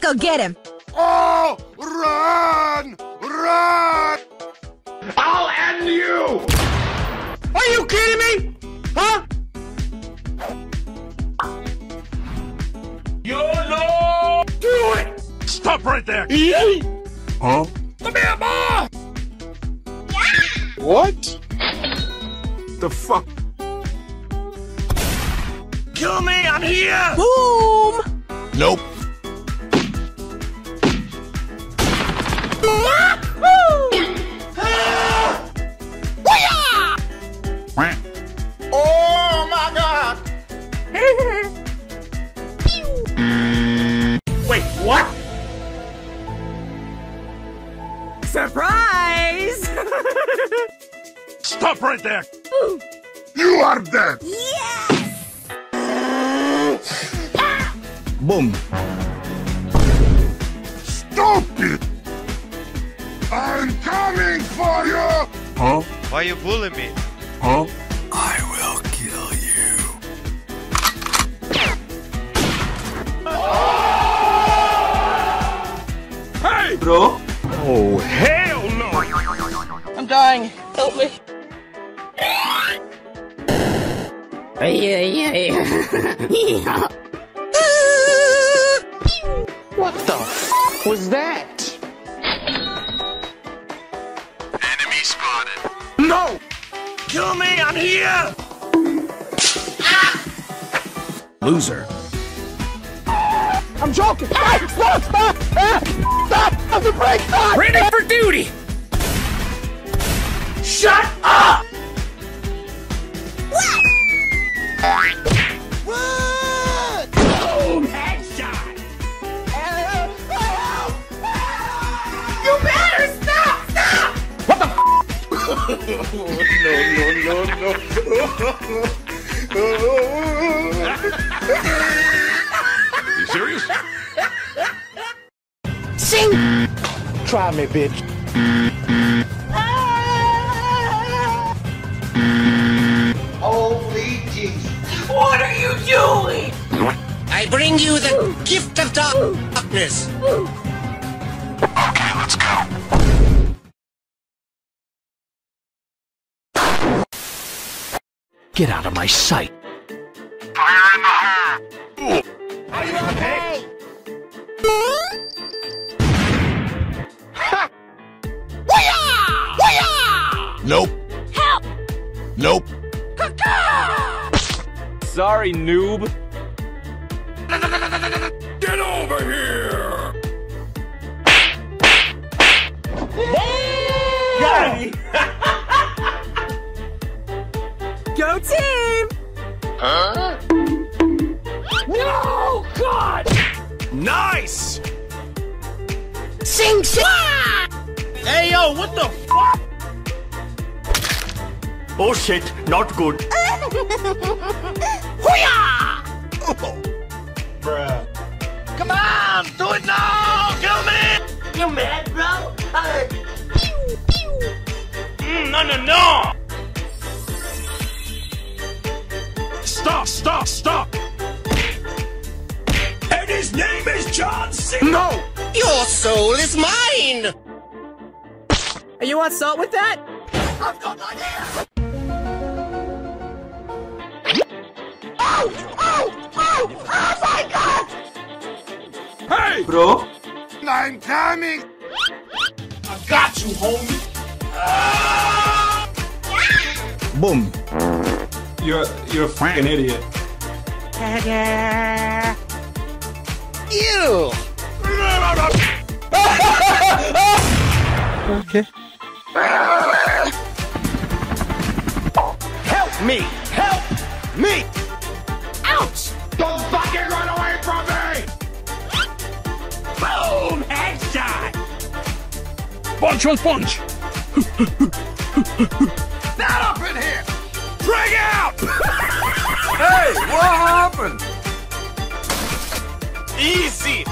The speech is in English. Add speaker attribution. Speaker 1: Go get him.
Speaker 2: Oh, run! Run! I'll end you! Are you kidding me? Huh? You know! Do it! Stop right there! Huh? Come here, Ma! What? The fuck? Kill me! I'm here!
Speaker 1: Boom!
Speaker 2: Nope. Oh my god! Wait, what?
Speaker 1: Surprise!
Speaker 2: Stop right there! You are dead!
Speaker 1: yes!
Speaker 2: Boom! Stop it! I'm coming for you! Huh?
Speaker 3: Why you bully me?
Speaker 2: Huh? I will kill you. Hey, bro! Oh, hell no!
Speaker 4: I'm dying. Help me.
Speaker 5: What the f was that?
Speaker 2: No! Kill me, I'm here! Loser.
Speaker 5: I'm joking! Ah, stop! Stop! Ah, stop! I'm the brake! Stop!
Speaker 2: Ready for duty! Shut up! Boom! Headshot! You better stop! Stop! What the f? no, no, no, no. you serious?
Speaker 5: Try me, bitch.
Speaker 6: I bring you the gift of darkness.
Speaker 2: Okay, let's go.
Speaker 5: Get out of my sight.
Speaker 2: Fire in the hole! Are you okay? Nope. Help! Nope.
Speaker 5: Sorry, noob.
Speaker 2: Get over here!
Speaker 1: Go team!
Speaker 2: Nice!
Speaker 1: Sing sing!
Speaker 2: Hey yo, what the fuck? Oh shit, not good. Come on, do it now! Kill me! Uh, You mad, bro? Mm, no, no, no! Stop, stop, stop! And his name is John C. No!
Speaker 6: Your soul is mine.
Speaker 1: Are you on salt with that?
Speaker 2: Hey! Bro? I'm coming! I got you, homie! Boom!
Speaker 7: You're you're a fucking idiot.
Speaker 6: You.
Speaker 2: Help me! Help me! Ouch! Don't fucking run away from me! Boom! Headshot! Punch on punch! Not up in here! Bring out! hey, what happened? Easy!